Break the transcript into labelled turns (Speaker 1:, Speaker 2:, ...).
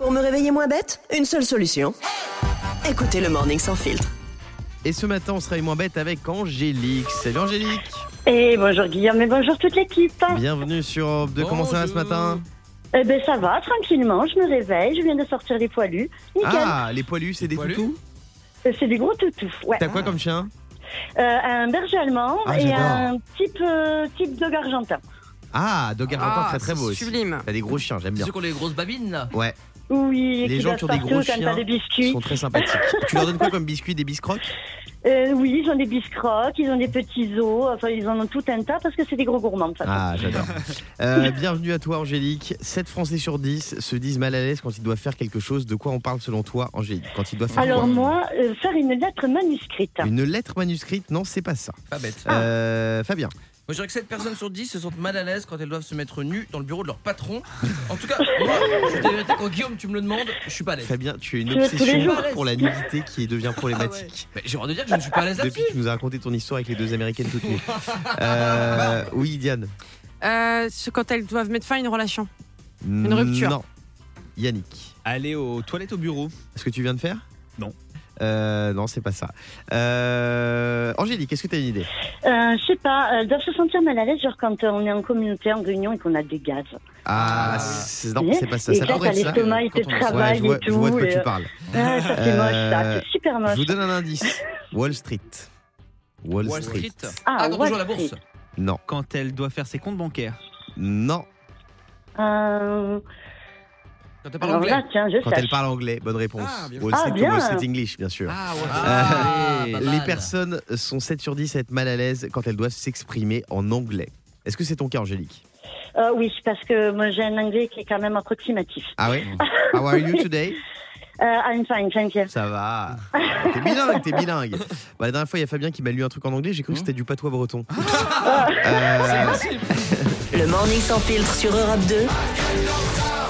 Speaker 1: Pour me réveiller moins bête, une seule solution. Écoutez le Morning Sans Filtre.
Speaker 2: Et ce matin, on sera moins bête avec Angélique. Salut Angélique
Speaker 3: Et bonjour Guillaume et bonjour toute l'équipe.
Speaker 2: Bienvenue sur Europe 2. Comment ça va ce
Speaker 4: Bonjour.
Speaker 2: matin
Speaker 3: Eh ben ça va, tranquillement, je me réveille, je viens de sortir les poilus. Nickel.
Speaker 2: Ah, les poilus, c'est
Speaker 4: Les
Speaker 2: des
Speaker 4: poilus
Speaker 2: toutous
Speaker 3: Euh, C'est des gros toutous. Ouais.
Speaker 2: T'as quoi comme chien
Speaker 3: Euh, un berger allemand
Speaker 2: Ah,
Speaker 3: et
Speaker 2: j'adore.
Speaker 3: un type euh, type dog argentin.
Speaker 2: Ah, Dog Argentin,
Speaker 4: Ah,
Speaker 2: très très
Speaker 4: c'est
Speaker 2: beau aussi.
Speaker 4: Sublime.
Speaker 2: T'as des gros chiens, j'aime
Speaker 4: C'est
Speaker 2: bien.
Speaker 4: ceux qui ont les grosses babines là.
Speaker 2: Ouais,
Speaker 3: Oui, et
Speaker 2: Les
Speaker 3: qui
Speaker 2: gens
Speaker 3: dansent
Speaker 2: qui ont des
Speaker 3: partout
Speaker 2: gros
Speaker 3: comme
Speaker 2: chiens
Speaker 3: pas des
Speaker 2: ils
Speaker 3: biscuits.
Speaker 2: sont très sympathiques. tu leur donnes quoi comme biscuit Des biscrocs
Speaker 3: Euh, oui, ils ont des biscrocs, ils ont des petits os, enfin ils en ont tout un tas parce que c'est des gros gourmands. de toute façon.
Speaker 2: Ah, j'adore. Euh, bienvenue à toi Angélique. 7 Français sur 10 se disent mal à l'aise quand ils doivent faire quelque chose. De quoi on parle selon toi Angélique Quand ils doivent faire
Speaker 3: Alors
Speaker 2: quoi
Speaker 3: moi, euh, faire une lettre manuscrite.
Speaker 2: Ah. Une lettre manuscrite Non, c'est pas ça.
Speaker 4: Pas bête.
Speaker 2: Euh, Fabien.
Speaker 4: Moi, je dirais que 7 personnes sur 10 se sentent mal à l'aise quand elles doivent se mettre nues dans le bureau de leur patron. En tout cas, moi, je vais te dire, quand Guillaume, tu me le demandes, je suis pas à l'aise.
Speaker 2: Fabien, tu as une
Speaker 3: Tu vas tous les
Speaker 2: obsession
Speaker 4: jours. Ah
Speaker 2: pour la nudité qui devient problématique.
Speaker 4: Mais J'ai envie de dire que je ne suis pas à l'aise
Speaker 2: Depuis
Speaker 4: là-dessus.
Speaker 2: que tu nous as raconté ton histoire avec les deux américaines toutes nues. Euh, oui, Diane.
Speaker 5: Euh, c'est quand elles doivent mettre fin à une relation. Une rupture.
Speaker 2: Non. Yannick.
Speaker 6: Aller aux toilettes au bureau.
Speaker 2: Est-ce que tu viens de faire
Speaker 6: Non.
Speaker 2: Euh, non, c'est pas ça. Euh, Angélique, est-ce que tu as une idée
Speaker 3: Euh, je sais pas, euh, elles doivent se sentir mal à l'aise genre quand euh, on est en communauté, en réunion et qu'on a des gaz.
Speaker 2: Ah,
Speaker 4: Ah.
Speaker 2: c'est- non, c'est pas ça.
Speaker 3: et
Speaker 2: ça
Speaker 3: là,
Speaker 2: pourrait
Speaker 3: t'as
Speaker 2: être ça.
Speaker 3: l'estomac, il te
Speaker 4: Quand on- ouais,
Speaker 2: Ouais,
Speaker 3: travaille
Speaker 2: je, vois,
Speaker 3: et
Speaker 2: je vois de
Speaker 3: tout.
Speaker 2: quoi
Speaker 3: et,
Speaker 2: tu parles.
Speaker 3: Ah, ça c'est moche, ça.
Speaker 2: Euh,
Speaker 3: C'est super moche.
Speaker 2: Je vous donne un indice. Wall Street. Wall,
Speaker 4: Wall
Speaker 2: Street.
Speaker 4: Street.
Speaker 3: Ah,
Speaker 4: Ah, quand on
Speaker 3: Wall
Speaker 4: joue à la bourse.
Speaker 3: Street.
Speaker 2: Non.
Speaker 6: Quand elle doit faire ses comptes bancaires.
Speaker 2: Non.
Speaker 3: Euh,
Speaker 4: Quand tu parles
Speaker 3: alors
Speaker 4: anglais.
Speaker 3: là, tiens, je
Speaker 2: Quand
Speaker 3: sache.
Speaker 2: elle parle anglais, bonne réponse.
Speaker 4: Ah, bien
Speaker 2: Wall
Speaker 3: sûr.
Speaker 2: Street,
Speaker 3: Ah,
Speaker 2: ou
Speaker 3: bien.
Speaker 2: Wall Street English, bien sûr.
Speaker 4: Ah, ouais.
Speaker 2: Ah,
Speaker 4: Allez, pas
Speaker 2: Les
Speaker 4: mal.
Speaker 2: personnes sont 7 sur 10 à être mal à l'aise quand elles doivent s'exprimer en anglais. Est-ce que c'est ton cas, Angélique
Speaker 3: Euh, oui, parce que moi j'ai un anglais qui est quand même approximatif.
Speaker 2: Ah oui How are you today
Speaker 3: Euh, I'm fine, thank you.
Speaker 2: Ça va. T'es bilingue, t'es bilingue. Bah, la dernière fois, il y a Fabien qui m'a lu un truc en anglais, j'ai cru que c'était du patois breton. Euh,
Speaker 1: Le Morning Sans Filtre sur Europe 2.